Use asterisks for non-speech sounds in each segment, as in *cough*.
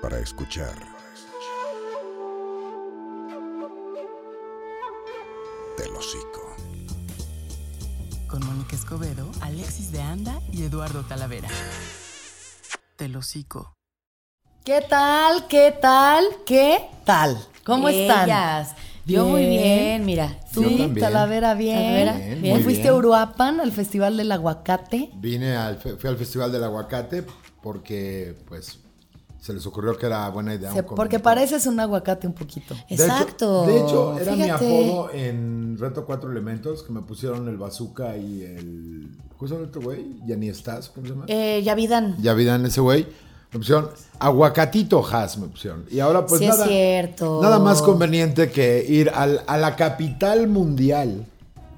para escuchar. Del hocico. Con Mónica Escobedo, Alexis de Anda y Eduardo Talavera. Del hocico. ¿Qué tal? ¿Qué tal? ¿Qué tal? ¿Cómo están? Ellas. Yo muy bien, mira. Sí, Yo también. Talavera bien. Talavera, Bien, bien. muy ¿Fuiste a bien. Ah, Uruapan al Festival del Aguacate? Vine al, fe- fui al Festival del Aguacate porque, pues, se les ocurrió que era buena idea. un Se- porque convento. pareces un aguacate un poquito. De hecho- Exacto. De hecho, era mi Fíjate. apodo en Reto Cuatro Elementos, que me pusieron el bazooka y el... ¿Cómo se llama el otro güey? Ya ni estás, ¿cómo se llama? Eh, Yavidán. Ya vidan ese güey. Me pusieron aguacatito Has, me pusieron. Y ahora pues Sí, es nada, cierto. nada más conveniente que ir al- a la capital mundial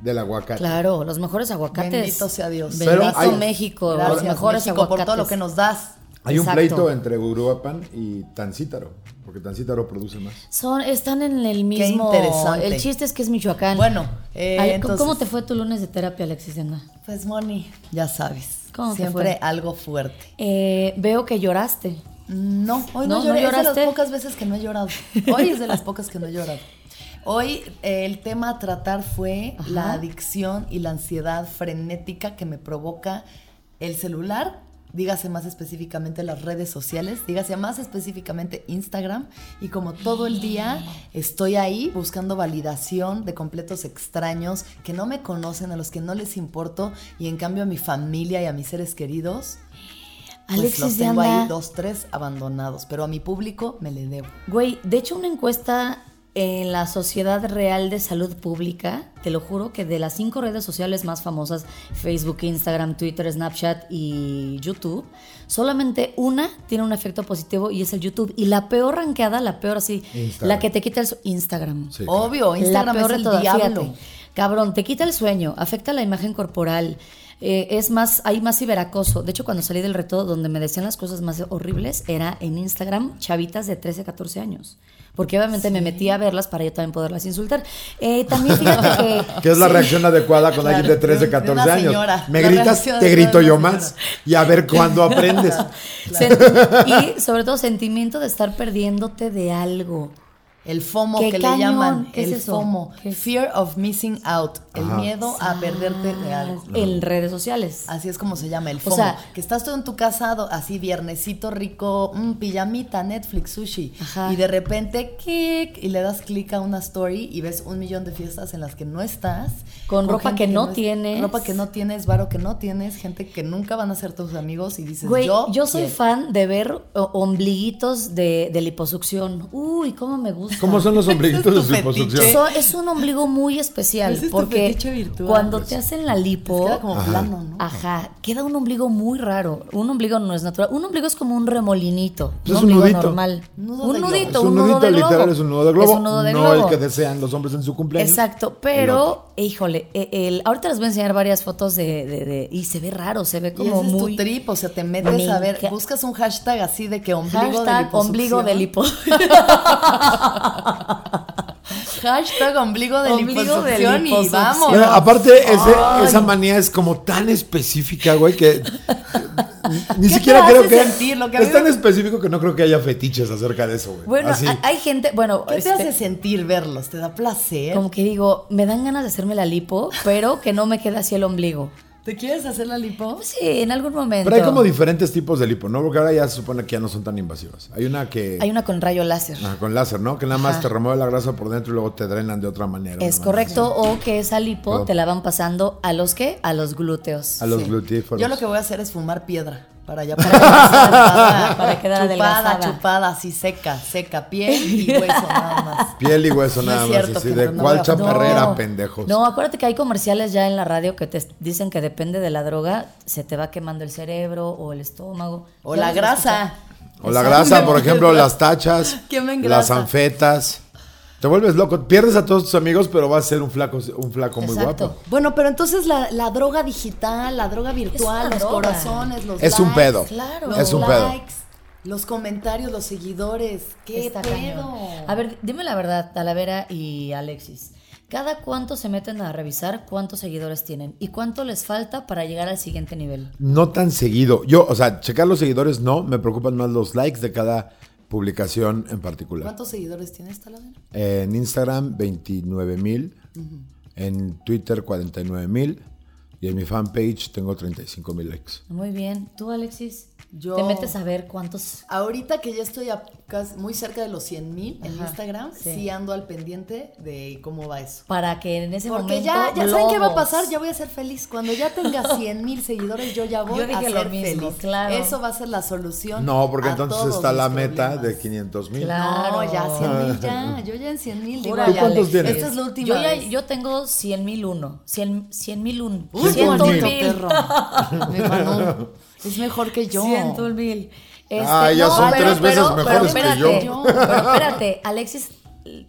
del aguacate. Claro, los mejores aguacates. Bendito sea Dios. Bendito Pero hay- México, los Gracias, mejores México, por aguacates. todo lo que nos das. Hay un Exacto. pleito entre Uruapan y Tancítaro, porque Tancítaro produce más. Son, están en el mismo. interesante. El chiste es que es Michoacán. Bueno, eh, Ay, ¿cómo- entonces- ¿cómo te fue tu lunes de terapia, Alexis Denda? Pues, Moni, ya sabes. ¿Cómo te siempre fue? algo fuerte. Eh, veo que lloraste. No, hoy No, no, ¿no lloré. Es de lloraste? las pocas veces que no he llorado. Hoy es de las pocas que no he llorado. Hoy eh, el tema a tratar fue Ajá. la adicción y la ansiedad frenética que me provoca el celular, dígase más específicamente las redes sociales, dígase más específicamente Instagram, y como todo el día estoy ahí buscando validación de completos extraños que no me conocen, a los que no les importo, y en cambio a mi familia y a mis seres queridos, pues los Alexis de tengo ahí Anda. dos, tres abandonados, pero a mi público me le debo. Güey, de hecho, una encuesta en la Sociedad Real de Salud Pública, te lo juro que de las cinco redes sociales más famosas, Facebook, Instagram, Twitter, Snapchat y YouTube, solamente una tiene un efecto positivo y es el YouTube. Y la peor ranqueada, la peor así, Instagram. la que te quita el su- Instagram. Sí, claro. Obvio, Instagram la es peor el de todas, diablo. fíjate. Cabrón, te quita el sueño, afecta la imagen corporal. eh, es más, hay más ciberacoso. De hecho, cuando salí del reto, donde me decían las cosas más horribles, era en Instagram, chavitas de 13, 14 años. Porque obviamente me metí a verlas para yo también poderlas insultar. Eh, también fíjate que. Que es la sí, reacción adecuada con Claro, alguien de 13, de una 14 años. señora. Me La gritas, reacción te adecuada grito de yo una más. Y a ver *laughs* cuándo aprendes. *laughs* sen- y sobre todo sentimiento de estar perdiéndote de algo. El FOMO Qué que le cañón. llaman, ¿Qué es el eso? FOMO, ¿Qué es? Fear of Missing Out, el Ajá. miedo a perderte de algo. En redes sociales. Así es como se llama el O FOMO. sea- que estás tú en tu casa do- así viernesito rico, mm, pijamita, Netflix, sushi. Ajá. Y de repente, clic, y le das clic a una story y ves un millón de fiestas en las que no estás. Con ropa gente que no es- tienes. Ropa que no tienes, varo que no tienes, gente que nunca van a ser tus amigos y dices, Güey, yo, yo, soy quiero". fan de ver o- ombliguitos de, de liposucción. Uy, cómo me gusta. ¿Cómo son los ombliguitos Ese de es tu su liposucción? fetiche. So- es un ombligo muy especial Ese es tu porque fetiche virtual. cuando te hacen la Les lipo, queda como plano, ¿no? ajá, queda un ombligo muy raro. Un ombligo no es natural. Un ombligo es como un remolinito, Es un ombligo nudito. normal. Nudo de un globo. nudito, Es un nudo nudito de globo. literal, es un nudo de globo. Es un nudo de no globo. el que desean los hombres en su cumpleaños. Exacto, El pero, otro. híjole, eh, el- ahorita les voy a enseñar varias fotos de, de- de- y se ve raro, se ve Y como ese muy es tu trip, o sea, te metes Me a ver, enca- buscas un hashtag así de que ombligo de hashtag liposucción. ombligo de lipo. Hashtag ombligo de Ombligo de liposucción y liposucción. vamos. Bueno, aparte, ese- esa manía es como tan específica, *laughs* güey, que ni ¿Qué siquiera te creo hace que. sentir? Lo que a mí es tan me- específico que no creo que haya fetiches acerca de eso, güey. *laughs* Bueno, Así. a- hay gente, bueno, ¿Qué te este, hace sentir verlos? ¿Te da placer? como que digo, me dan ganas de hacerme la lipo, pero que no me quede así el ombligo. ¿Te quieres hacer la lipo? Oh, Sí, en algún momento. Pero hay como diferentes tipos de lipo, ¿no? Porque ahora ya se supone que ya no son tan invasivas. Hay una que. Hay una con rayo láser. Ajá, con láser, ¿no? Que nada más Ajá. te remueve la grasa por dentro y luego te drenan de otra manera. Es ¿no? correcto, o que esa lipo Pero- te la van pasando a los que? A los glúteos. A los Sí. glutíferos. Yo lo que voy a hacer es fumar piedra para *laughs* ya para adelgazar, Para quedar chupada, adelgazada. chupada, así seca, seca, piel y hueso nada *laughs* más. Piel y hueso No nada es más. cierto, así gente, de no cuál lo- chaparrera, pendejos. No, acuérdate que hay comerciales ya en la radio que te s- dicen que depende de la droga, se te va quemando el cerebro o el estómago. O Ya la los escuché. grasa. O la Exacto. grasa, por *laughs* ejemplo, las tachas, ¿Qué me las engrasa? anfetas. Te vuelves loco, pierdes a todos tus amigos, pero vas a ser un flaco, un flaco muy Exacto. guapo. Bueno, pero entonces la, la droga digital, la droga virtual, una los droga. corazones, los Es un likes, pedo. claro. los Es un pedo. likes, los comentarios, los seguidores, qué Está pedo. cañón. A ver, dime la verdad, Talavera y Alexis. ¿Cada cuánto se meten a revisar cuántos seguidores tienen y cuánto les falta para llegar al siguiente nivel? No tan seguido. Yo, o sea, checar los seguidores no, me preocupan más los likes de cada publicación en particular. ¿Cuántos seguidores tienes, Talavera? En Instagram 29 mil, en Twitter 49 mil y en mi fanpage tengo 35 mil likes. Muy bien. ¿Tú, Alexis? Yo- ¿Te metes a ver cuántos? Ahorita que ya estoy a cas- muy cerca de los 100 mil en Ajá, Instagram, sí. sí. ando al pendiente de cómo va eso. Para que en ese Porque momento. ya, ya saben qué va a globos. pasar, ya voy a ser feliz. Cuando ya *laughs* tenga 100 mil seguidores, yo ya voy Yo dije a ser lo mismo, feliz. claro. Eso va a ser la solución. No, porque a entonces todos está mis la meta de problemas. 500 mil. Claro. No, ya 100 mil, *laughs* ya. Yo ya en 100 mil. digo, Jura, "Ay, ¿Tú cuántos Alex, tienes? Esta es la última. Yo, ya, vez". yo tengo 100 mil uno. 100 mil uno. Uy, qué 100,000. bonito, 100 *laughs* perro. Me ganó. Es mejor que yo. mil. Este, Ah, ya son tres veces mejores que yo. Pero espérate, Alexis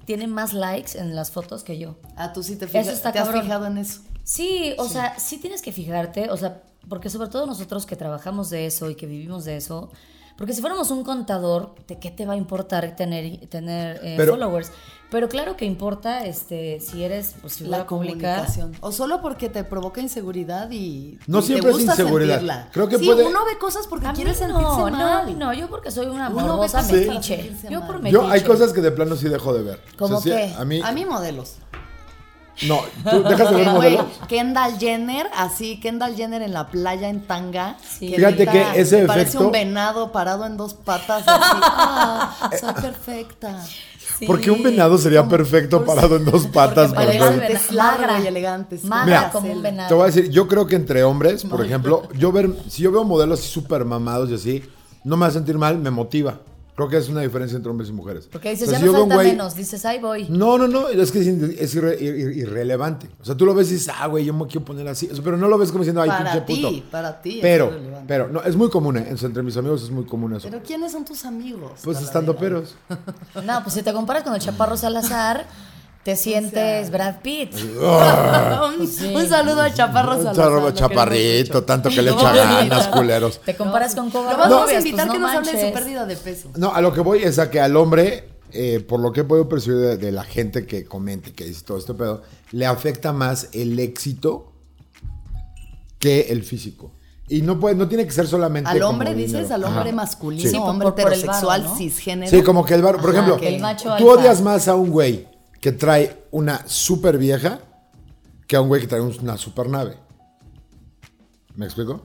tiene más likes en las fotos que yo. Ah, tú sí te fijas. Eso está ¿Te has cabrón. fijado en eso? Sí, o sea, sí tienes que fijarte, o sea, porque sobre todo nosotros que trabajamos de eso y que vivimos de eso, porque si fuéramos un contador, ¿de qué te va a importar tener, tener eh, Pero- followers? Pero claro que importa este, si eres pues, figura La pública. comunicación. O solo porque te provoca inseguridad y. No y te siempre es gusta inseguridad. sentirla. Creo que sí, puede- uno ve cosas porque A mí quiere sentirse no, no, a mal. mí no, yo porque soy una Uno ve morbosa cosas para metiche. sentirse Yo mal. por metiche. Yo hay cosas que de plano sí dejo de ver. ¿Cómo sí, qué? A mí, A mí modelos. No, tú dejas *laughs* de ver Güey, modelos. Kendall Jenner, así, Kendall Jenner en la playa en tanga. Sí. Fíjate neta, que ese Parece efecto- un venado parado en dos patas. Así. *laughs* Ah, soy Eh, perfecta. Sí. Porque un venado sería perfecto parado en dos patas. Porque parece- pero no- parece Es vena- largo magra. y elegante, sí. Magra Mira, como un Te venado. voy a decir, yo creo que entre hombres, por ejemplo, yo ver, si yo veo modelos así súper mamados y así, no me va a sentir mal, me motiva. Creo que es una diferencia entre hombres y mujeres. Porque dices, O sea, ya pues si me yo veo un falta güey- menos. Dices, ahí voy. No, no, no, es que es, in- es irre- ir- ir- irrelevante. O sea, tú lo ves y dices, ah, güey, yo me quiero poner así. O sea, pero no lo ves como diciendo, ay, Para pinche ti, puto. para ti es Pero, irrelevante. pero, no, es muy común, ¿eh? O sea, entre mis amigos es muy común eso. Pero ¿quiénes son tus amigos? pues Talavera? estando peros. No, pues si te comparas con el chaparro Salazar, te sientes Brad Pitt. *laughs* un, un saludo a Chaparro Salazar. lo Charro- queremos Chaparrito, mucho. tanto que *laughs* le No, echa no, ganas, no. culeros. Te comparas con Coba Lo vamos a Rubias, invitar pues que no nos hable de su manches. pérdida de peso. No, a lo que voy es a que al hombre, eh, por lo que he podido percibir de, de la gente que comenta y que dice todo este pedo, le afecta más el éxito que el físico. Y no puede, no tiene que ser solamente. Al como hombre, dinero. dices, al hombre Ajá. masculino, Sí, por- hombre por- por el heterosexual, varo, ¿no? cisgénero. Sí, como que el bar, por Ajá, ejemplo, que el macho tú alfa. odias más a un güey que trae una super vieja que a un güey que trae una super nave. ¿Me explico?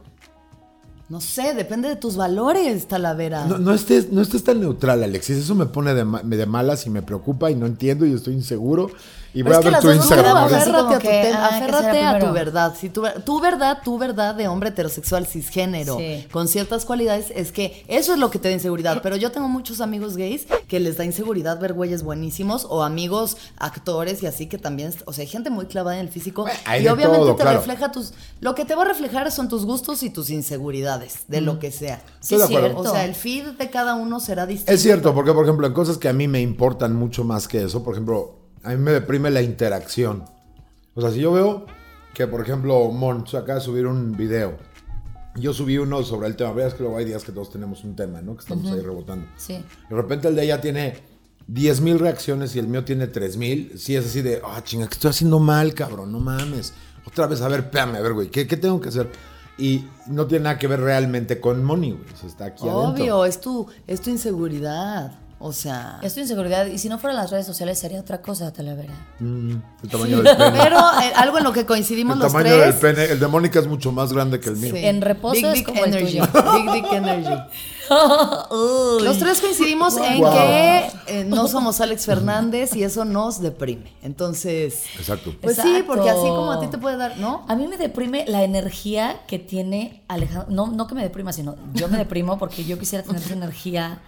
No sé, depende de tus valores, Talavera. No, no estés, no estés tan neutral, Alexis. Eso me pone de, ma- me de malas y me preocupa y no entiendo y estoy inseguro. Y voy Pero a es que ver las tu dos son Instagram como ahora. Aférrate, ahora. Así como a tu, que, te- ah, ¿qué aférrate será a tu primero? verdad. Si tu, ver- tu verdad, tu verdad de hombre heterosexual cisgénero Sí. con ciertas cualidades es que eso es lo que te da inseguridad. Pero yo tengo muchos amigos gays que les da inseguridad ver güeyes buenísimos o amigos actores y así que también, o sea, hay gente muy clavada en el físico Bueno, hay y de obviamente todo, te claro. refleja tus, lo que te va a reflejar son tus gustos y tus inseguridades de lo que sea. Sí, Estoy de acuerdo. cierto. O sea, el feed de cada uno será distinto. Es cierto, porque por ejemplo, en cosas que a mí me importan mucho más que eso, por ejemplo, a mí me deprime la interacción. O sea, si yo veo que, por ejemplo, Mon se acaba de subir un video. Yo subí uno sobre el tema. Veas que luego hay días que todos tenemos un tema, ¿no? Que estamos ahí rebotando. Sí. De repente el de ella tiene 10.000 reacciones y el mío tiene 3.000. Sí, es así de, ah, chinga, que estoy haciendo mal, cabrón, no mames. Otra vez, a ver, espérame, a ver, güey, ¿qué, qué tengo que hacer? Y no tiene nada que ver realmente con Moni, güey. O sea, está aquí Obvio, adentro. es tu, es tu inseguridad. O sea, Es tu inseguridad. Y si no fueran las redes sociales, sería otra *laughs* cosa, Talavera. Mm, el tamaño del pene. Pero eh, algo en lo que coincidimos el los tamaño tres. del pene. El de Mónica es mucho más grande que el mío. sí. En reposo Big es Dick como el Energy. *laughs* tuyo. Big Dick Energy. Los tres coincidimos en Wow. que eh, no somos Alex Fernández y eso nos deprime. Entonces, Exacto. pues sí, Exacto. porque así como a ti te puede dar, ¿no? A mí me deprime la energía que tiene Alejandro. No, no que me deprima, sino yo me deprimo porque yo quisiera tener su energía.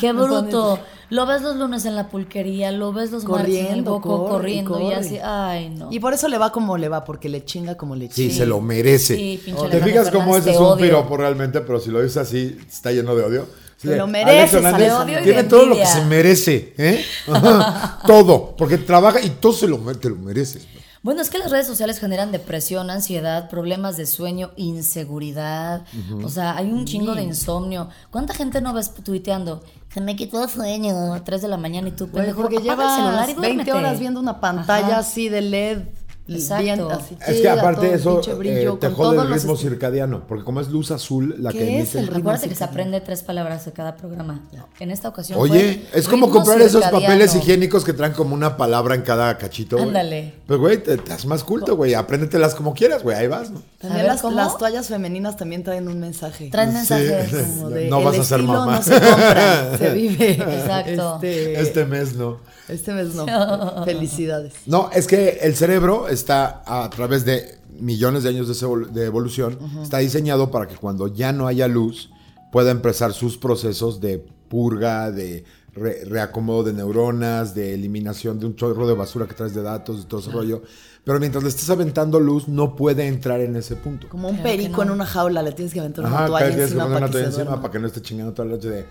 ¡Qué bruto! Lo ves los lunes en la pulquería, lo ves los martes en el Corriendo, boco, corre, corriendo y corre. así. Ay, no. Y por eso le va como le va, porque le chinga como le Sí, chinga. se lo merece. Sí, pinche ¿Te Alejandro fijas cómo Fernández, ese es te un odio. piropo realmente? Pero si lo dices así, está lleno de odio. Te Sí, lo Alex mereces, Fernández Ale, odio y Tiene de todo lo que envidia. se merece, ¿eh? *laughs* Ajá, todo. Porque trabaja y todo se lo, mere- te lo mereces. Bueno, es que las redes sociales generan depresión, ansiedad, problemas de sueño, inseguridad. O sea, hay un chingo de insomnio. ¿Cuánta gente no ves tuiteando? Se me quitó el sueño a 3 de la mañana y tú, Güey, pendejo, porque apaga el celular llevas y 20 duérmete"? horas viendo una pantalla Ajá. así de LED Exacto. Bien, así Es que llega aparte todo el eso pinche eh, brillo, te con jode todos el los ritmo est- circadiano, porque como es luz azul la ¿Qué que es emite. el ritmo Acuérdate que se circadiano? aprende tres palabras de cada programa. En esta ocasión. Oye, fue es como ritmo comprar esos circadiano. papeles higiénicos que traen como una palabra en cada cachito. güey. Ándale. Pero güey, te, te haces más culto, güey. Apréndetelas como quieras, güey. Ahí vas, ¿no? A También ver, las, ¿cómo? las toallas femeninas también traen un mensaje. Traen mensajes. Sí. como de, No el vas a ser estilo mamá. No se *laughs* compra, se vive. Exacto. Este, este. Este mes no. mes no. *laughs* Felicidades. No, es que el cerebro está a través de millones de años de, evol- de evolución, está diseñado para que cuando ya no haya luz pueda empezar sus procesos de purga, de re- reacomodo de neuronas, de eliminación de un chorro de basura que traes de datos, de todo ese rollo. Pero mientras le estés aventando luz, no puede entrar en ese punto. Como un Claro que perico no. en una jaula, le tienes que aventar una Ajá, toalla tienes que encima poner para una que toalla se encima duerma. para que no esté chingando toda la noche de...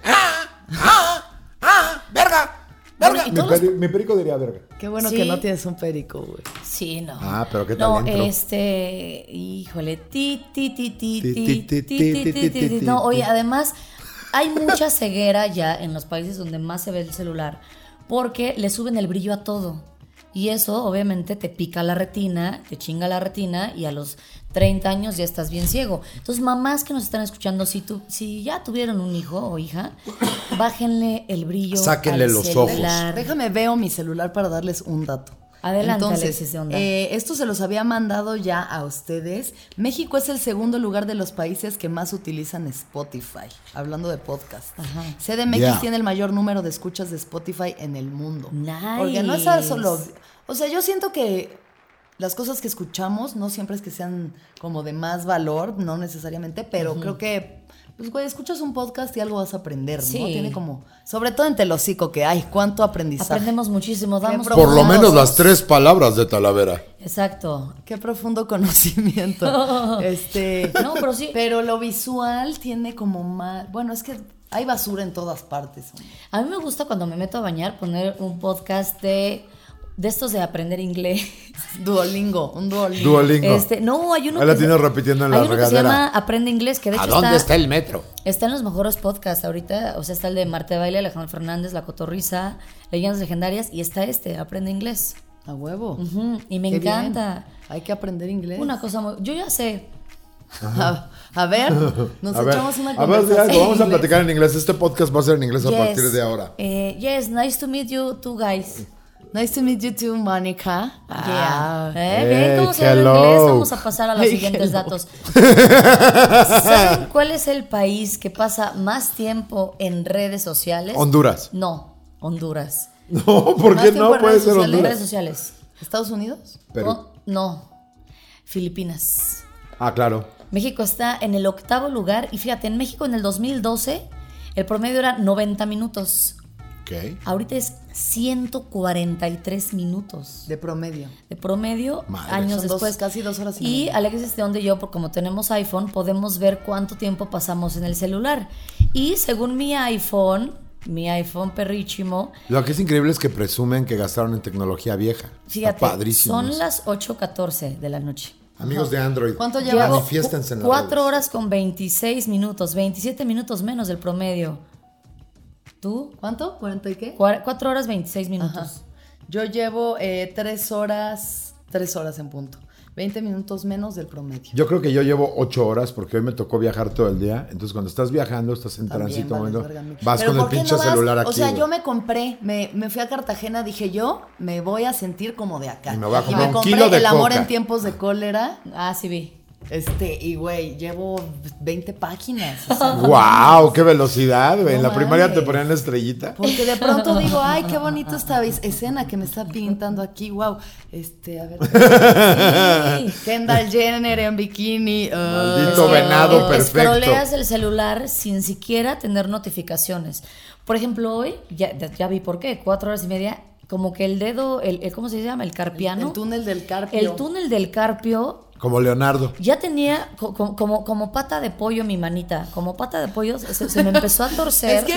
Bueno, y Mi, todos los- peri- mi perico diría verga. Qué bueno Sí. que no tienes un perico, güey. Sí, no. Ah, pero qué No, talento. este, híjole, ti, ti, ti, ti, Ti, ti, ti, ti, ti, ti, ti, ti, ti. No, ti. oye, además hay mucha ceguera ya en los países donde más se ve el celular porque le suben el brillo a todo. Y eso obviamente te pica la retina, te chinga la retina y a los 30 años ya estás bien ciego. Entonces, mamás que nos están escuchando, si, tu- si ya tuvieron un hijo o hija, bájenle el brillo. Sáquenle al los ojos. celular. Déjame veo mi celular para darles un dato. Adelante, Entonces, Alexis de Onda. eh, esto se los había mandado ya a ustedes. México es el segundo lugar de los países que más utilizan Spotify, hablando de podcast. CDMX Yeah. tiene el mayor número de escuchas de Spotify en el mundo. Nice. Porque no es solo... O sea, yo siento que las cosas que escuchamos no siempre es que sean como de más valor, no necesariamente, pero creo que... Pues, güey, escuchas un podcast y algo vas a aprender, Sí. ¿no? Tiene como... Sobre todo en Telocico, que hay cuánto aprendizaje. Aprendemos muchísimo, damos Por lo menos las tres palabras de Talavera. Exacto. Qué profundo *laughs* conocimiento. este, No, pero sí. Pero lo visual tiene como más. Bueno, es que hay basura en todas partes. hombre. A mí me gusta cuando me meto a bañar poner un podcast de, de estos de aprender inglés. Duolingo, un duolingo. Duolingo. Este, no, hay uno Ahí la que tienes se- repitiendo en la hay uno que se regadera. llama Aprende Inglés, que de hecho está, el metro? está en los mejores podcasts ahorita. O sea, está el de Marta de Baile, Alejandro Fernández, La Cotorrisa, Leyendas Legendarias, y está este, Aprende Inglés. A huevo. Ujú, y me Qué bien. encanta. Hay que aprender inglés. Una cosa muy... Yo ya sé. A, a ver, *laughs* nos a ver, echamos una a ver, conversación. algo, vamos a en inglés. platicar en inglés. Este podcast va a ser en inglés a Yes, partir de ahora. eh, yes, nice to meet you, two guys. Nice to meet you too, Monica. Yeah. Ah. Eh, bien, Hey, ¿cómo se habla hello. inglés? Vamos a pasar a los *laughs* Hey, siguientes hello. datos. ¿Saben cuál es el país que pasa más tiempo en redes sociales? Honduras. *laughs* No, Honduras. No, ¿por Más qué tiempo no en puede redes ser sociales. En redes Honduras? sociales. ¿Estados Unidos? Perú. Oh, no, Filipinas. Ah, claro. México está en el octavo lugar y fíjate, en México en el 2012 el promedio era 90 minutos. Ok. Ahorita es 143 minutos. De promedio. de promedio Madre. años Son dos- después. casi dos horas y Y media. Alexis León y yo, por como tenemos iPhone, podemos ver cuánto tiempo pasamos en el celular. Y según mi iPhone, mi iPhone perríchimo, Lo que es increíble es que presumen que gastaron en tecnología vieja. fíjate, Está padrísimo. son eso. las 8.14 de la noche. Amigos de Android. ¿Cuánto llevas? Llevo Manifiéstense en las cuatro redes. horas con 26 minutos, 27 minutos menos del promedio. ¿Tú? ¿Cuánto? ¿40 y qué? 4 horas 26 minutos. Ajá. Yo llevo eh, tres horas, tres horas en punto. 20 minutos menos del promedio. Yo creo que yo llevo ocho horas porque hoy me tocó viajar todo el día. Entonces, cuando estás viajando, estás en También tránsito, vales bueno, verga a mí. vas Pero con el ¿por qué pinche no vas? celular aquí. O sea, güey. yo me compré, me, me fui a Cartagena, dije yo, me voy a sentir como de acá. Y me voy a comprar un compré kilo de El amor coca. en tiempos de cólera. Ah, sí vi. Este, y güey, llevo 20 páginas. o sea, ¡Wow! ¡Qué velocidad, güey! No en la primaria te mames. Pues, ponían la estrellita. porque de pronto digo, ay, qué bonito esta es- escena que me está pintando aquí, wow. Este, a ver. *laughs* Sí. Kendall Jenner en bikini. ah. Maldito venado Te perfecto. Eh, scrolleas el celular sin siquiera tener notificaciones. Por ejemplo, hoy, ya, ya vi por qué, cuatro horas y media, como que el dedo, el, el- ¿cómo se llama? El carpiano. El túnel del carpio. El túnel del carpio Como Leonardo. ya tenía co- *laughs* co- como, como pata de pollo mi manita, como pata de pollo se, se me empezó a torcer. Es que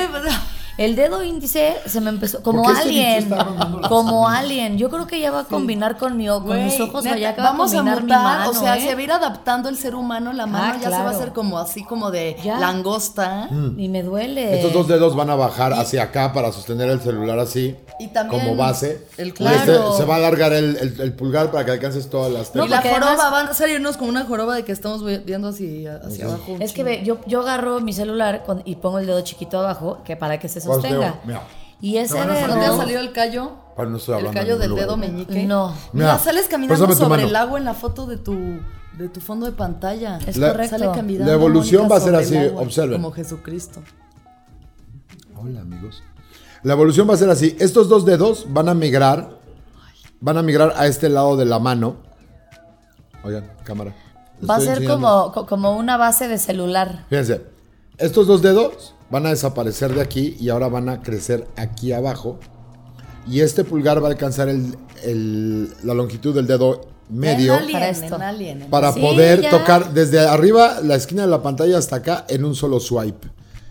El dedo índice se me empezó. Como ¿Por qué este bicho alien. está rondando las Como manos? alien. Yo creo que ya va a combinar con mi o- con mis Güey, ojos. neta, vaya, acá va vamos a combinar mutar, mi mano, o sea, ¿eh? Ah, se va a ir adaptando el ser humano, la mano ya se va a claro. hacer como así como de Ya. langosta. Mm. Y me Eh. duele. Estos dos dedos van a bajar hacia acá para sostener el celular así. Y también como base. el Y este claro. se va a alargar el, el- el pulgar para que alcances todas las No, y teclas. la porque joroba, además- van a salirnos con una joroba de que estamos viendo hacia, hacia abajo. un Es que chingo. ve, yo, yo agarro mi celular con- y pongo el dedo chiquito abajo que para que se ¿Cuál dedo? sostenga. Mira. Y ese Te van a ¿No te ha No. dedo. salido el callo? Ay, no estoy el hablando callo en del blur. dedo meñique. No. Mira, Mira, sales caminando pásame tu sobre mano. el agua en la foto de tu de tu fondo de pantalla. Es La- correcto. Sale caminando La evolución Mónica va a ser sobre así, el agua, observen. Como Jesucristo. Hola, amigos. La evolución va a ser así. Estos dos dedos van a migrar. Van a migrar a este lado de la mano. Oigan, cámara. Les Va a estoy ser enseñando. como, co- como una base de celular. Fíjense, estos dos dedos van a desaparecer de aquí y ahora van a crecer aquí abajo. Y este pulgar va a alcanzar el- el- la longitud del dedo medio En alien, Para esto. en alien, en- para Sí, poder ya. tocar desde arriba la esquina de la pantalla hasta acá en un solo swipe.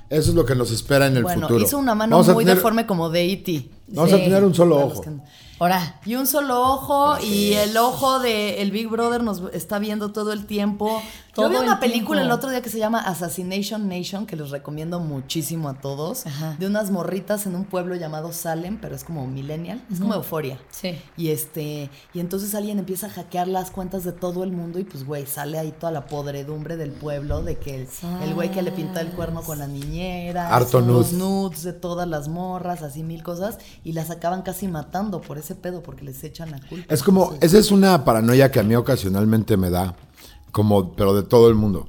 Eso es lo que nos espera en el Bueno, futuro. hizo una mano Vamos a muy tener- deforme como de E.T. Vamos a Sí. tener un solo Para los ojo. que- Ahora, Y un solo ojo y el ojo de el Big Brother nos está viendo todo el tiempo. Todo Yo vi el una película tiempo. el otro día que se llama Assassination Nation, que les recomiendo muchísimo a todos, Ajá. de unas morritas en un pueblo llamado Salem, pero es como millennial, es como euforia. sí. Y este, y entonces alguien empieza a hackear las cuentas de todo el mundo y pues güey, sale ahí toda la podredumbre del pueblo de que el, el güey que le pinta el cuerno con la niñera, Harto los nudes. nudes de todas las morras, así mil cosas, y las acaban casi matando por ese pedo, porque les echan la culpa. Es como, esa es una paranoia que a mí ocasionalmente me da, como, pero de todo el mundo.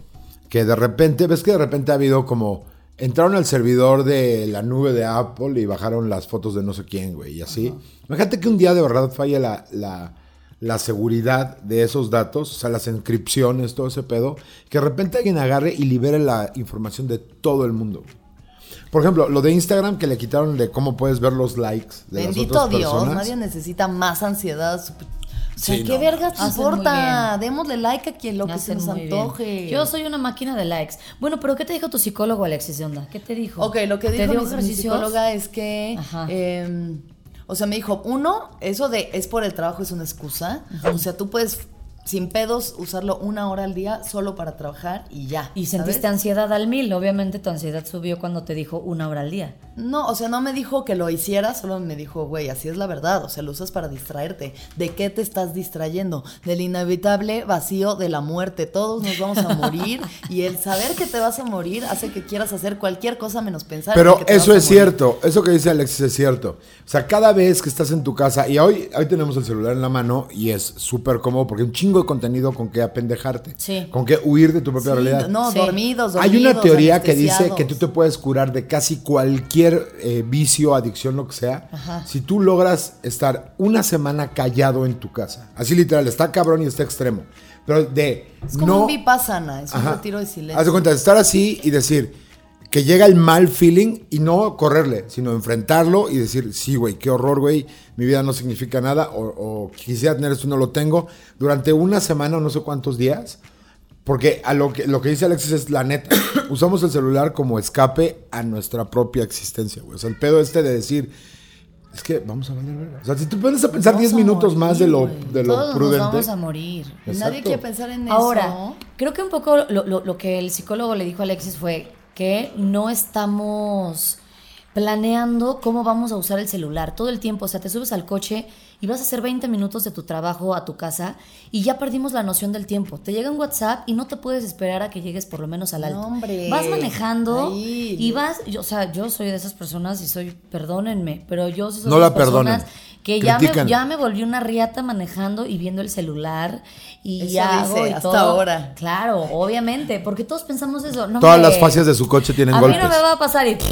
Que de repente, ves que de repente ha habido como, entraron al servidor de la nube de Apple y bajaron las fotos de no sé quién, güey, y así. Imagínate que un día de verdad falle la, la- la seguridad de esos datos, o sea, las encripciones, todo ese pedo, que de repente alguien agarre y libere la información de todo el mundo. Por ejemplo, lo de Instagram que le quitaron de cómo puedes ver los likes de las Bendito otras Dios, personas. nadie necesita más ansiedad. su- O sea, Sí, ¿qué no. verga te Hacen importa? muy Démosle like a quien lo que se Hacen nos muy bien. antoje. Yo soy una máquina de likes. Bueno, pero ¿qué te dijo tu psicólogo, Alexis de Onda? ¿Qué te dijo? Ok, lo que ¿Te dijo dio mi- mi, ejercicios? psicóloga es que, Ajá. eh, o sea, me dijo, uno, eso de es por el trabajo es una excusa. O sea, tú puedes sin pedos usarlo una hora al día solo para trabajar y ya. Y ¿sabes? sentiste ansiedad al mil. Obviamente tu ansiedad subió cuando te dijo una hora al día. No, o sea, no me dijo que lo hiciera, solo me dijo, güey, así es la verdad. O sea, lo usas para distraerte. ¿De qué te estás distrayendo? Del inevitable vacío de la muerte. Todos nos vamos *laughs* a morir y el saber que te vas a morir hace que quieras hacer cualquier cosa menos pensar. en Pero que te eso vas a es morir. cierto, eso que dice Alexis es cierto. O sea, cada vez que estás en tu casa, y hoy, hoy tenemos el celular en la mano y es súper cómodo porque hay un chingo de contenido con que apendejarte, Sí. con que huir de tu propia Sí, realidad. No, Sí. dormidos, dormidos. Hay una teoría que dice anestesiados. que tú te puedes curar de casi cualquier eh, vicio, adicción, lo que sea, si tú logras estar una semana callado en tu casa. Así literal, está cabrón y está extremo. Pero de Es como no un vipassana, es un Ajá. retiro de Haz de silencio. cuenta, estar así y decir que llega el mal feeling y no correrle, sino enfrentarlo y decir, sí, güey, qué horror, güey, mi vida no significa nada, o, o quisiera tener esto, y no lo tengo, durante una semana o no sé cuántos días, porque a lo que, lo que dice Alexis es la neta, *coughs* usamos el celular como escape a nuestra propia existencia, güey. O sea, el pedo este de decir, es que vamos a valer verga. O sea, si tú pones a pensar Vamos 10 a minutos morir, más de lo, güey. de Todos lo prudente. nos vamos a morir. Nadie Exacto. quiere pensar en Ahora, eso. creo que un poco lo, lo- lo que el psicólogo le dijo a Alexis fue que no estamos planeando cómo vamos a usar el celular todo el tiempo. O sea, te subes al coche y vas a hacer 20 minutos de tu trabajo a tu casa y ya perdimos la noción del tiempo. Te llega un WhatsApp y no te puedes esperar a que llegues por lo menos al alto. No, hombre. Vas manejando Ahí. y vas, yo- o sea, yo soy de esas personas y soy, perdónenme, pero yo sí soy No de la las personas perdonen. que ya me, Critican. ya me volví una riata manejando y viendo el celular y Eso y hago dice, y hasta todo. ahora. Claro, obviamente, porque todos pensamos eso. No, Todas hombre, las fascias de su coche tienen A golpes. mí no me va a pasar y bye.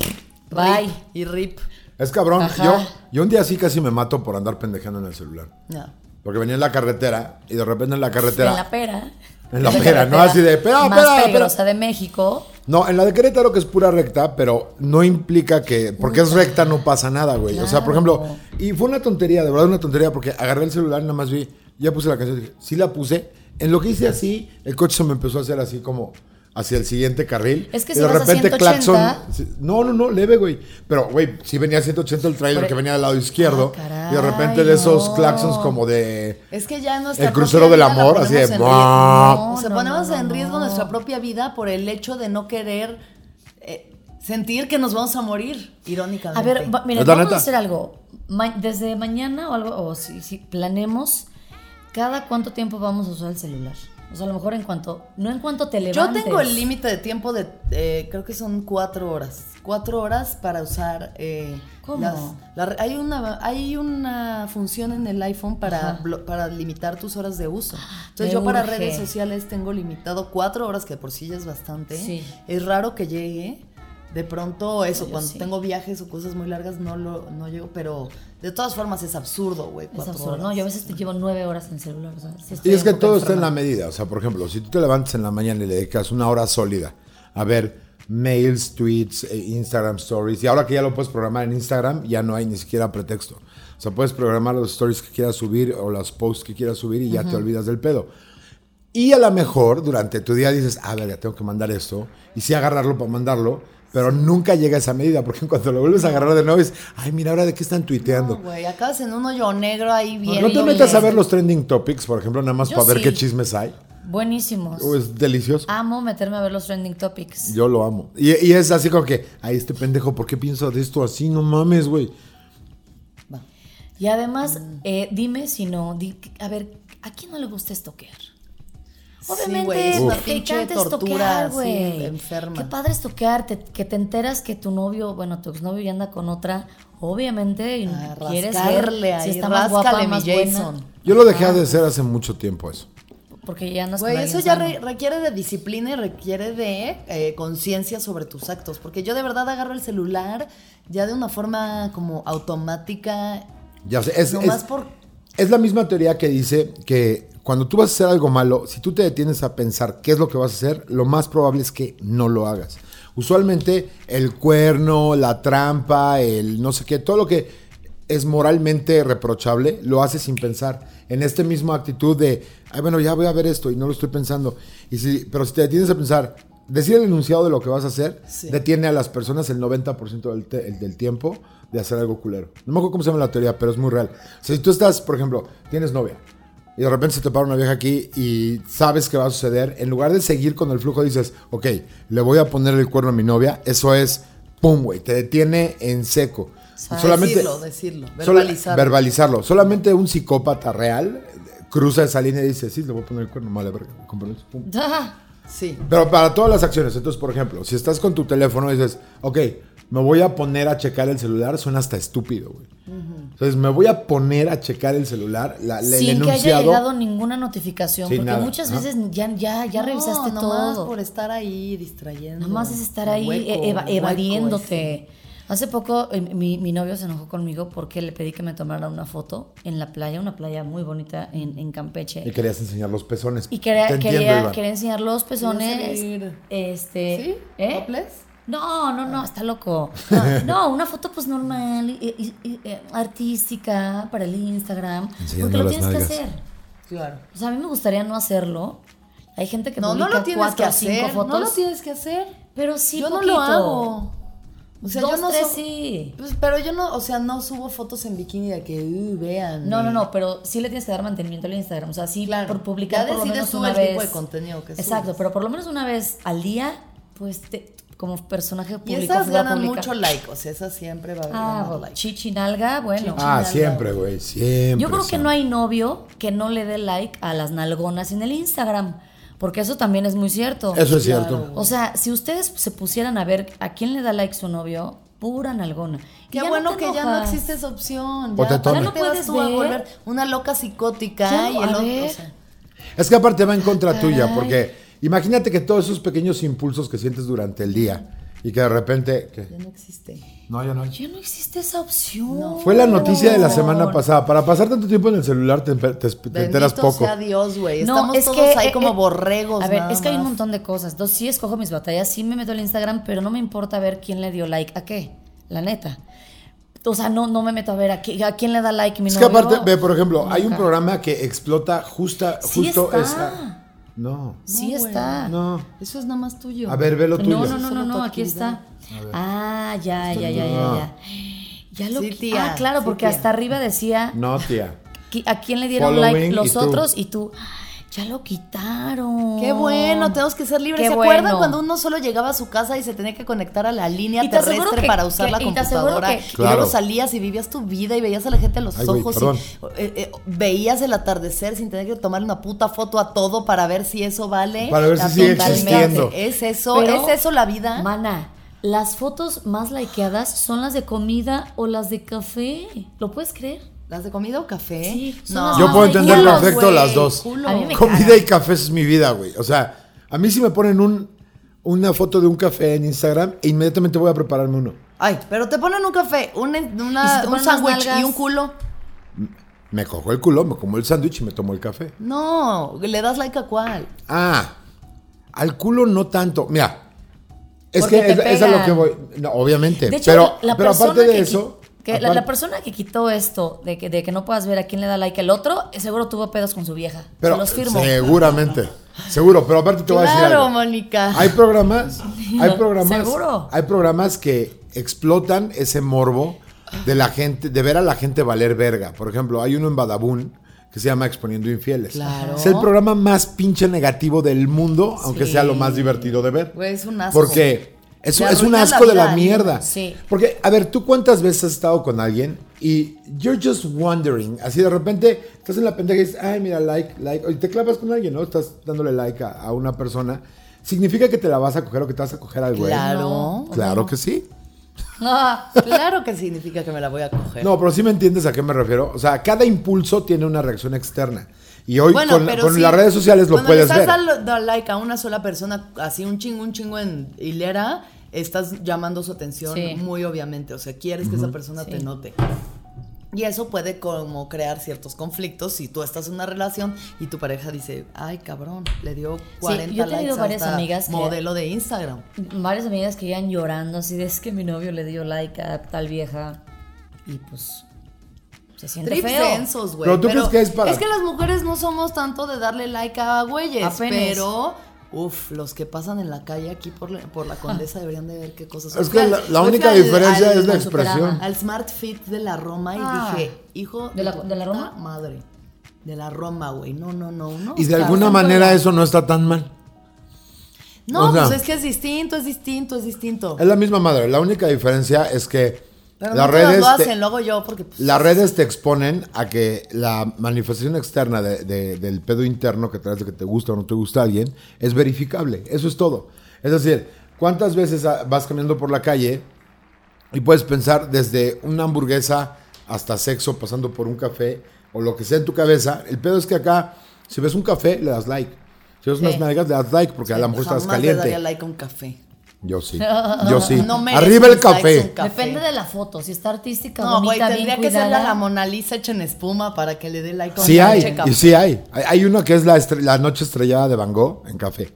Rip Y rip. Es cabrón. Ajá. Yo, yo un día sí casi me mato por andar pendejando en el celular. No. Porque venía en la carretera y de repente en la carretera. En la pera. En *laughs* la pera, ¿no? Así de, pera, Más pera, pera. peligrosa de México. No, en la de Querétaro que es pura recta, pero no implica que. Porque es recta, no pasa nada, güey. O sea, por ejemplo. Y fue una tontería, de verdad una tontería, porque agarré el celular y nada más vi. Ya puse la canción. Dije, sí la puse. En lo que hice así, el coche se me empezó a hacer así como. hacia el siguiente carril. Es que y si de vas a repente 180. claxon. No, no, no, leve, güey. Pero, güey, si venía a 180 el trailer Pero- que venía del lado izquierdo. e- Ah, caray, y de repente de esos no. claxons como de. Es que ya nuestra El crucero del propia vida la amor, así de. ponemos en "Buah". riesgo. O sea, No, no, ponemos no, en no, riesgo no. nuestra propia vida por el hecho de no querer eh, sentir que nos vamos a morir, irónicamente. A ver, va- mira, ¿Es la vamos neta? a hacer algo. Ma- desde mañana o algo, o si, si planemos cada cuánto tiempo vamos a usar el celular. O sea, a lo mejor en cuanto, no en cuanto te yo levantes. tengo el límite de tiempo de, eh, creo que son cuatro horas. Cuatro horas para usar. eh, ¿Cómo? las- la re- hay, una, hay una función en el iPhone para, Ajá. blo- para limitar tus horas de uso. Entonces Me yo para urge. redes sociales tengo limitado cuatro horas, que por sí ya es bastante. Sí. Es raro que llegue. De pronto, eso, yo cuando sí. tengo viajes o cosas muy largas, no lo no llego. Pero de todas formas es absurdo, güey. Es cuatro absurdo. horas. No, yo a veces te llevo nueve horas en el celular. o sea, sí estoy Y es un que poco todo está en enferma. la medida. O sea, por ejemplo, si tú te levantas en la mañana y le dedicas una hora sólida a ver mails, tweets, eh, Instagram stories, y ahora que ya lo puedes programar en Instagram, ya no hay ni siquiera pretexto. O sea, puedes programar los stories que quieras subir o los posts que quieras subir y ya te olvidas del pedo. Y a lo mejor durante tu día dices, a ver, ya tengo que mandar esto, y sí agarrarlo para mandarlo, pero nunca llega a esa medida, porque en cuanto lo vuelves a agarrar de nuevo es, ay, mira, ahora de qué están tuiteando. No, güey, acabas en un hoyo negro ahí bien. No te metas a ver los trending topics, por ejemplo, nada más Yo para ver sí. qué chismes hay. Buenísimos. Oh, es delicioso. Amo meterme a ver los trending topics. Yo lo amo. Y, y es así como que, ay, este pendejo, ¿por qué piensa de esto así? No mames, güey. Y además, eh, dime si no, di- a ver, ¿a quién no le gusta estoquear? Sí, Obviamente, güey, es una te pinche encanta tortura, estoquear, sí, güey. enferma. Qué padre estoquear, te- que te enteras que tu novio, bueno, tu exnovio ya anda con otra, obviamente, y A quieres rascarle ver ahí, si está más guapa, ráscale, mi más buena, Jason. Yo lo dejé de hacer hace mucho tiempo eso. porque ya andas Güey, con eso ya alguien sano. re- requiere de disciplina y requiere de eh, conciencia sobre tus actos. Porque yo de verdad agarro el celular ya de una forma como automática. Ya sé, es, nomás es- por. es la misma teoría que dice que cuando tú vas a hacer algo malo, si tú te detienes a pensar qué es lo que vas a hacer, lo más probable es que no lo hagas. Usualmente el cuerno, la trampa, el no sé qué, todo lo que es moralmente reprochable, lo haces sin pensar. En esta misma actitud de, ay, bueno, ya voy a ver esto y no lo estoy pensando. Y si, pero si te detienes a pensar, decir el enunciado de lo que vas a hacer, Sí. detiene a las personas el 90% del, te- el- del tiempo de hacer algo culero. No me acuerdo cómo se llama la teoría, pero es muy real. O sea, si tú estás, por ejemplo, tienes novia y de repente se te para una vieja aquí y sabes que va a suceder, en lugar de seguir con el flujo dices, ok, le voy a poner el cuerno a mi novia, eso es, pum, güey, te detiene en seco. Decirlo, decirlo. Sola- Verbalizar. verbalizarlo. Solamente un psicópata real eh, cruza esa línea y dice, sí, le voy a poner el cuerno, vale, verga, con permiso, pum. Ah, sí. Pero para todas las acciones, entonces, por ejemplo, si estás con tu teléfono y dices, ok, me voy a poner a checar el celular, suena hasta estúpido, güey. Entonces, me voy a poner a checar el celular, la, la- el *laughs* sin que haya enunciado. llegado ninguna notificación, Sin porque nada, muchas ajá. veces ya, ya, ya No, revisaste nomás todo. por estar ahí distrayendo. Nomás es estar ahí Hueco, eh, eva- hueco ese. evadiéndote. Hace poco eh, mi, mi novio se enojó conmigo porque le pedí que me tomara una foto en la playa, una playa muy bonita en, en Y Campeche. querías enseñar los pezones. Y quería, Te entiendo, quería, Iván. quería enseñar los pezones. salir. Este, ¿Sí? Ah. ¿eh? ¿Toples? No, no, no, *laughs* está loco. No, no, una foto pues normal, y- y- y- eh, artística, para el Instagram. Enseñando Porque lo las tienes nalgas. que hacer. Claro. O sea, a mí me gustaría no hacerlo. Hay gente que No, no publica lo tienes que cuatro o cinco hacer. fotos. No lo tienes que hacer. Pero sí, yo no poquito. lo hago. O sea, Dos, yo no tres, sub- sí. Pues, pero yo no, o sea, no subo fotos en bikini de que "Uh, vean. No, no, no, pero sí le tienes que dar mantenimiento al Instagram. O sea, sí, Claro. por Ya publicar por lo decides menos tú una el vez. tipo de contenido que Exacto, subes. pero por lo menos una vez al día, pues te- como personaje Y público. esas figura ganan pública. mucho like, o sea, esas siempre va a Ah, ganar bueno, like. chichi nalga, bueno. Ah, siempre, güey, siempre. Yo creo que siempre. no hay novio que no le dé like a las nalgonas en el Instagram, porque eso también es muy cierto. Eso es cierto. O sea, si ustedes se pusieran a ver a quién le da like su novio, pura nalgona. Y Qué ya no bueno te que ya no enojas. existe esa opción. O Ya, te ¿para toman. qué te vas tú a Ya no puedes volver una loca psicótica Ya no, y el a otro. ver. o sea, Es que aparte va en contra tuya, porque imagínate que todos esos pequeños impulsos que sientes durante el día y que de repente... ¿qué? ya no existe. No, yo no. Ya no existe esa opción. Fue la noticia de la semana pasada. Para pasar tanto tiempo en el celular te, empe- te- te enteras Bendito poco. sea Dios, güey. No, Estamos es todos que, ahí eh, como eh, borregos. A ver, nada es que hay un más. montón de cosas. Entonces, sí escojo mis batallas, sí me meto al Instagram, pero no me importa ver quién le dio like a qué, la neta. O sea, no, no me meto a ver a, qué- a quién le da like mi Es que novio. aparte, ve, por ejemplo, hay un Nunca. programa que explota justa, Sí justo está. esa. No. Sí No, güey. está. No. Eso es nada más tuyo. A ver, ve lo tuyo. No, no, no, no, no, Solo tu aquí está. ver. Ah, ya, ya, ya, ya, no. ya. Ya lo Sí, qui- tía, Ah, claro, sí, porque tía. hasta arriba decía No, *laughs* tía. qui- a quién le dieron Following like y los tú. otros y tú. "Ah, Ya lo quitaron. Qué bueno, tenemos que ser libres. Oh, Qué ¿Se acuerdan bueno. cuando uno solo llegaba a su casa y se tenía que conectar a la línea Y te aseguro terrestre que- para usar que- la y te aseguro computadora? que- Y Claro. luego salías y vivías tu vida y veías a la gente a los Ay, güey, ojos perdón. y eh, eh, veías el atardecer sin tener que tomar una puta foto a todo para ver si eso vale. Para ver si la sigue pena. existiendo. Es eso, Pero- es eso la vida. Mana, las fotos más likeadas son las de comida o las de café. ¿Lo puedes creer? ¿Las de comida o café? Sí, son no. las Yo más puedo entender culos, perfecto güey, las dos. culo. A mí me Comida caga. y café es mi vida, güey. O sea, a mí si me ponen un, una foto de un café en Instagram, inmediatamente voy a prepararme uno. Ay, pero te ponen un café, una- una- ¿Y si te un ponen las sándwich nalgas? y un culo. Me cojo el culo, me como el sándwich y me tomo el café. No, le das like a cuál. Ah, al culo no tanto. Mira, es Porque que es, te es a lo pegan. que voy. No, obviamente. De hecho, Eh, pero, la pero persona aparte de que eso. qui- que la- la, aparte- persona que quitó esto de que, de que no puedas ver a quién le da like el otro, eh, seguro tuvo pedos con su vieja. pero Se los firmo. Seguramente. Seguro, pero aparte te voy a decir Claro, algo. Mónica. Hay programas, *laughs* hay programas, Seguro. hay programas que explotan ese morbo de la gente, de ver a la gente valer verga. Por ejemplo, hay uno en Badabun que se llama Exponiendo Infieles. Claro. Es el programa más pinche negativo del mundo, aunque sea lo más divertido de ver. Güey, es un asco. Porque es, Le es un arruinan asco la de la vida, mierda. Sí. Porque, a ver, ¿tú cuántas veces has estado con alguien y you're just wondering? Así de repente estás en la pendeja y dices, ay, mira, like, like. Y te clavas con alguien, ¿no? Estás dándole like a, a una persona. ¿Significa que te la vas a coger o que te vas a coger al güey? Claro. Claro que sí. Ah, Claro que significa que me la voy a coger. No, pero sí me entiendes a qué me refiero. O sea, cada impulso tiene una reacción externa. Y hoy con, la- pero con sí, las redes sociales lo cuando le puedes estás ver. dando- dando like a una sola persona, así un chingo, un chingo en hilera, estás llamando su atención Sí. muy obviamente. O sea, quieres que esa persona te note. Y eso puede como crear ciertos conflictos si tú estás en una relación y tu pareja dice, ay cabrón, le dio 40 yo he tenido likes a varias esta amigas que- modelo de Instagram. varias amigas que iban llorando así de es que mi novio le dio like a tal vieja y pues se siente Trips feo. densos, güey. Pero tú crees que es para- que las mujeres no somos tanto de darle like a güeyes, Apenas. pero... Uf, los que pasan en la calle aquí por la, por la *laughs* Condesa deberían de ver qué cosas Es que la, la Fui única al- diferencia al- es la al Superama. expresión. Al Smart Fit de la Roma y Ah. dije, hijo ¿De la- tu de la puta Roma? Madre. De la Roma, güey. No, no, no. no Y de Oscar, alguna no, manera güey. eso no está tan mal. No, o sea- pues es que es distinto, es distinto, es distinto. Es la misma madre. La única diferencia es que Pero las no todas redes. lo te- hacen, lo hago yo porque... pues, las redes te exponen a que la manifestación externa de- de- del pedo interno que traes de que te gusta o no te gusta a alguien es verificable. Eso es todo. Es decir, ¿cuántas veces ah, vas caminando por la calle y puedes pensar desde una hamburguesa hasta sexo, pasando por un café o lo que sea en tu cabeza? El pedo es que acá, si ves un café, le das like. Si ves unas nalgas, le das like porque a lo mejor estás jamás le caliente. daría like a un café. *laughs* Yo sí. Yo sí. No mereces Arriba el mis likes, café. un café. Depende de la foto, si está artística, No, güey, bonita, tendría bien que ser cuidada. la, la Mona Lisa hecha en espuma para que le dé like a Sí una hay, noche café. y sí hay. Hay, hay uno que es la, estre- la noche estrellada de Van Gogh en café.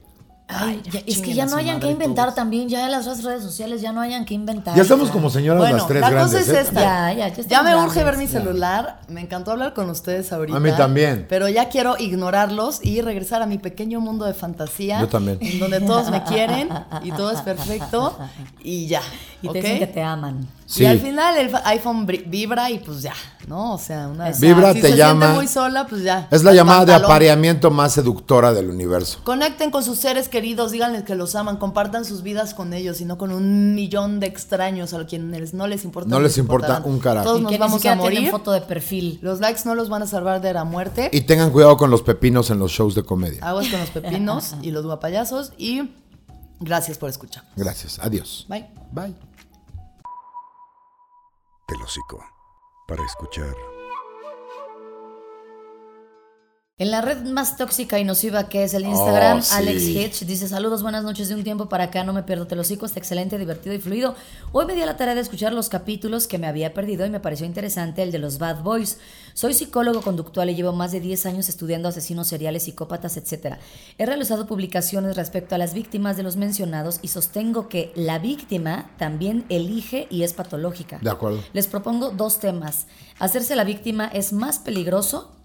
Ay, ya- es que chinguen ya a no su hayan madre que inventar también, ya las otras redes sociales ya no hayan que inventar. ya estamos o sea. como señoras Bueno, las tres la grandes. cosa es ¿eh? esta. Ya, ya, ya estamos me urge grandes, ver mi celular. Me encantó hablar con ustedes ahorita. A mí también. Pero ya quiero ignororlos y regresar a mi pequeño mundo de fantasía. Yo también. En donde todos me quieren y todo es perfecto y ya. Y ¿ok? te dicen que te aman. Sí. Y al final el fa- iPhone bri- vibra y pues ya, ¿no? O sea, una Exacto. Vibra si te se llama. siente muy sola, pues ya. Es la al llamada de pantalón. apareamiento más seductora del universo. Conecten con sus seres queridos, díganles que los aman, compartan sus vidas con ellos y no con un millón de extraños a quienes no les importa. No ni les importa importarán. un carajo. Y Todos que nos ni vamos siquiera a tienen morir. foto de perfil. Los likes no los van a salvar de la muerte. Y tengan cuidado con los pepinos en los shows de comedia. Aguas *laughs* con los pepinos y los guapayazos y gracias por escuchar. Gracias. Adiós. Bye. Bye. El hocico. Para escuchar. En la red más tóxica y nociva que es el Instagram, Oh, sí. Alex Hitch dice saludos, buenas noches de un tiempo para acá, no me pierdo, te lo sigo, está excelente, divertido y fluido. Hoy me di a la tarea de escuchar los capítulos que me había perdido y me pareció interesante el de los Bad Boys. Soy psicólogo conductual y llevo más de 10 años estudiando asesinos seriales, psicópatas, etc. He realizado publicaciones respecto a las víctimas de los mencionados y sostengo que la víctima también elige y es patológica. De acuerdo. Les propongo dos temas. Hacerse la víctima es más peligroso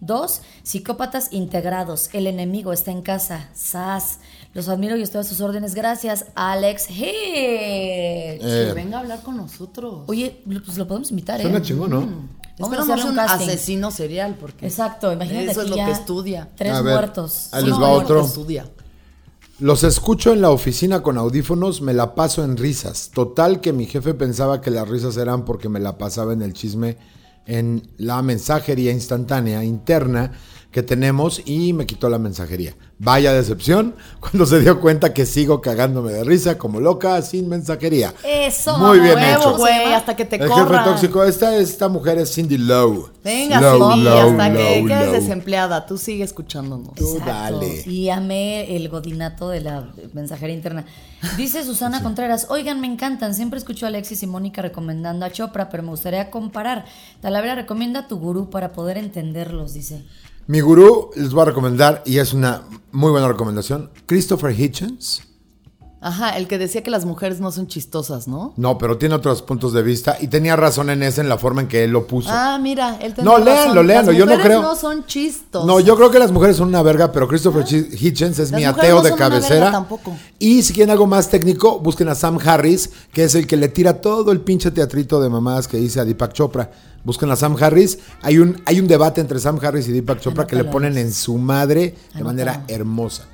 Dos, psicópatas integrados. El enemigo está en casa. Sas. Los admiro y estoy a sus órdenes. Gracias, Alex Hicks. Que Eh, venga a hablar con nosotros. Oye, lo- pues lo podemos invitar, Suena ¿eh? chingón, ¿no? mm. Vamos Espero a no hacerle sea un un casting. asesino serial, porque. Exacto, imagínate. Eso es aquí lo ya que estudia. Tres A ver, muertos. ahí Ah, les No, va bueno, otro. Lo que estudia. Los escucho en la oficina con audífonos, me la paso en risas. Total que mi jefe pensaba que las risas eran porque me la pasaba en el chisme en la mensajería instantánea interna que tenemos y me quitó la mensajería. Vaya decepción *laughs* cuando se dio cuenta que sigo cagándome de risa como loca sin mensajería. Eso, Muy bien huevo, hecho. güey, hasta que te el jefe corran. tóxico, esta, esta mujer es Cindy Lowe. Venga, Lowe, sí, Lowe, hasta que Lowe, quedes Lowe. desempleada. Tú sigue escuchándonos. Tú Exacto. dale. Y amé el godinato de la mensajera interna. Dice *laughs* Susana Contreras, oigan, me encantan. Siempre escucho a Alexis y Mónica recomendando a Chopra, pero me gustaría comparar. Talavera recomienda a tu gurú para poder entenderlos, dice. Mi gurú les voy a recomendar, y es una muy buena recomendación, Christopher Hitchens. Ajá, el que decía que las mujeres no son chistosas, ¿no? No, pero tiene otros puntos de vista y tenía razón en ese, en la forma en que él lo puso. Ah, mira, él tenía No, razón. léanlo, léanlo, Las yo no mujeres creo. no son chistos. no, yo creo que las mujeres son una verga, pero Christopher Chi- Hitchens es Ah. Las mi mujeres ateo no de son una verga cabecera. tampoco. Y si quieren algo más técnico, busquen a Sam Harris, que es el que le tira todo el pinche teatrito de mamadas que dice a Deepak Chopra. Busquen a Sam Harris. Hay un, hay un debate entre Sam Harris y Deepak Chopra que le Anótalo, ponen en su madre de Anótalo. manera hermosa.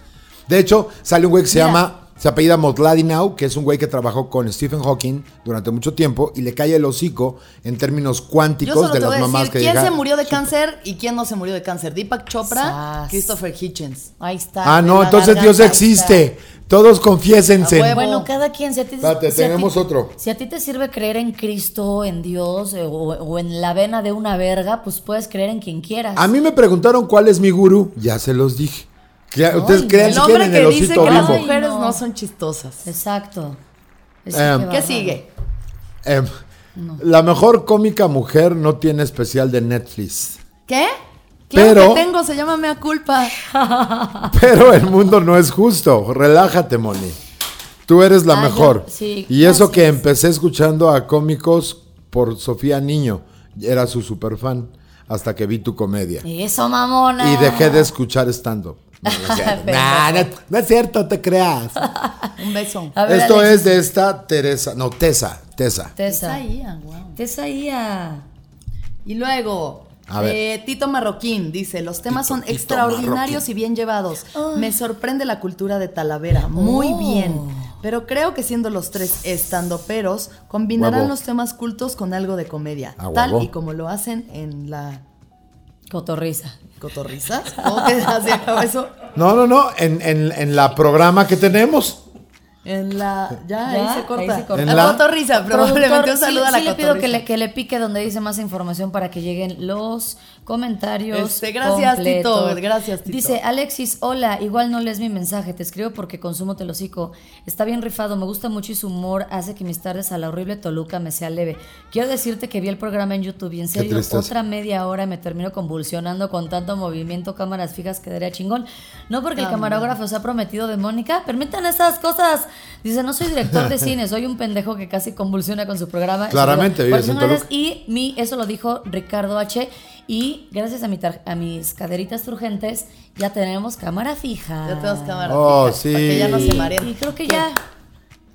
De hecho, sale un güey que se Mira. llama se apellida Motladinau, que es un güey que trabajó con Stephen Hawking durante mucho tiempo y le cae el hocico en términos Yo cuánticos solo de te voy las a mamás decir que quién deja- se murió de cáncer y quién no se murió de cáncer. Deepak Chopra, Sas. Christopher Hitchens. Ahí está. Ah, de no, la entonces garganta. Dios existe. Todos confiésense. A huevo. Bueno, cada quien, si a ti, Espérate, si a ti- tenemos otro. Si a ti te sirve creer en Cristo, en Dios eh, o, o en la vena de una verga, pues puedes creer en quien quieras. A mí me preguntaron cuál es mi gurú, ya se los dije. Crea- ustedes crean El si quieren hombre en que el dice que osito las bimbo. Ay, mujeres no. no. son chistosas. Exacto. Es- Em, qué ¿Qué bárbaro. sigue? Em, La mejor cómica mujer no tiene especial de Netflix. ¿Qué? Claro Pero- que tengo, se llama Mea *laughs* Culpa. Pero el mundo no es justo. Relájate, Moni. Tú eres la Ah, yo- mejor. sí, y eso gracias. que empecé escuchando a cómicos por Sofía Niño. Era su superfan hasta que vi tu comedia. Eso, mamona. Y dejé de escuchar stand-up. No, no es cierto. Nah, no, no es cierto, te creas. Un beso. A ver, Esto Alexis, es de esta Teresa. No, Tesa. Tesa. Tessa. Isaías, guau. Tessa Ia. Y luego, A ver. eh, Tito Marroquín dice, los temas Tito, son Tito extraordinarios Marroquín. y bien llevados. Me sorprende la cultura de Talavera. Muy Oh. bien. Pero creo que siendo los tres estandoperos, combinarán Huevo. los temas cultos con algo de comedia. Ah, tal huevo. y como lo hacen en la Cotorriza. cotorrizas. *laughs* ¿Cómo que hacen eso? No, no, no. En, en- en la programa que tenemos. En la... Ya, Ya, ahí se corta. ahí se corta. En La, la- cotorriza, probablemente Productor, un saludo sí, a la sí le pido que cotorriza. le, que le pique donde dice más información para que lleguen los comentarios. Este, gracias, Tito, completos. gracias, Tito. Dice Alexis, hola, igual no lees mi mensaje, te escribo porque consumo telocico. Está bien rifado, me gusta mucho y su humor hace que mis tardes a la horrible Toluca me sea leve. Quiero decirte que vi el programa en YouTube y en serio, tristeza. otra media hora me termino convulsionando con tanto movimiento, cámaras fijas, quedaría chingón. No porque el camarógrafo se ha prometido de Mónica, permitan esas cosas. Dice, no soy *laughs* director de cine, soy un pendejo que casi convulsiona con su programa. Claramente, Por vives en eso, gracias. Toluca. Y mi, eso lo dijo Ricardo H. Y gracias a, mi tar- a mis caderitas turgentes, ya tenemos cámara fija. Ya tenemos cámara. Oh, fija, Para que ya no sí. se mareen. Y creo que ya. Ah,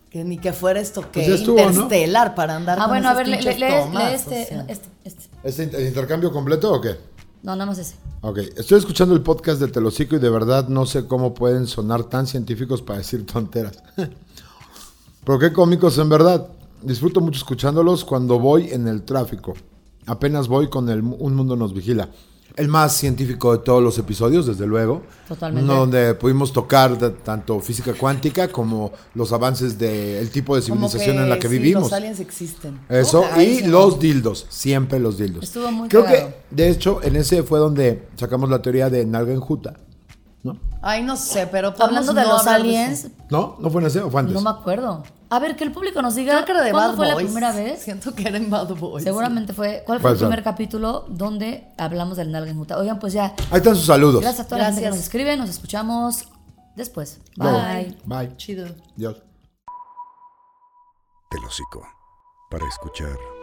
Que ni que fuera esto que Pues ya estuvo, ¿no? interestelar para andar Ah, con bueno, a esas ver, le, pinches le- lee- tomas, lee o este, sea. no, este, este. ¿Este in- el intercambio completo o qué? No, nada más ese. Ok. Estoy escuchando el podcast de Telocico y de verdad no sé cómo pueden sonar tan científicos para decir tonteras. *laughs* Pero qué cómicos en verdad. Disfruto mucho escuchándolos cuando voy en el tráfico. Apenas voy con el mu- Un Mundo Nos Vigila. El más científico de todos los episodios, desde luego. Totalmente. Uno donde pudimos tocar de- tanto física cuántica como los avances del tipo de Como civilización en la que sí, vivimos. Los aliens existen. Eso, Ay, y sí. los dildos, siempre los dildos. Oh, Estuvo muy Creo cagado. que, de hecho, en ese fue donde sacamos la teoría de Nalga enjuta. ¿No? Ay, no sé, pero podemos Hablando de no los hablar de aliens, eso. ¿No? ¿No fue en ese o fue antes? no me acuerdo. A ver, que el público nos diga Creo que era de cuándo Bad fue la Boys. primera vez. Siento que era en Bad Boys. Seguramente fue. ¿Cuál fue Puede el ser. primer capítulo donde hablamos del nalga enjuta? Oigan, pues ya. Ahí están sus saludos. Gracias a toda la gente que Gracias. nos escribe. Nos escuchamos después. Luego. Bye. Bye. Chido. Dios. Telocico. Para escuchar.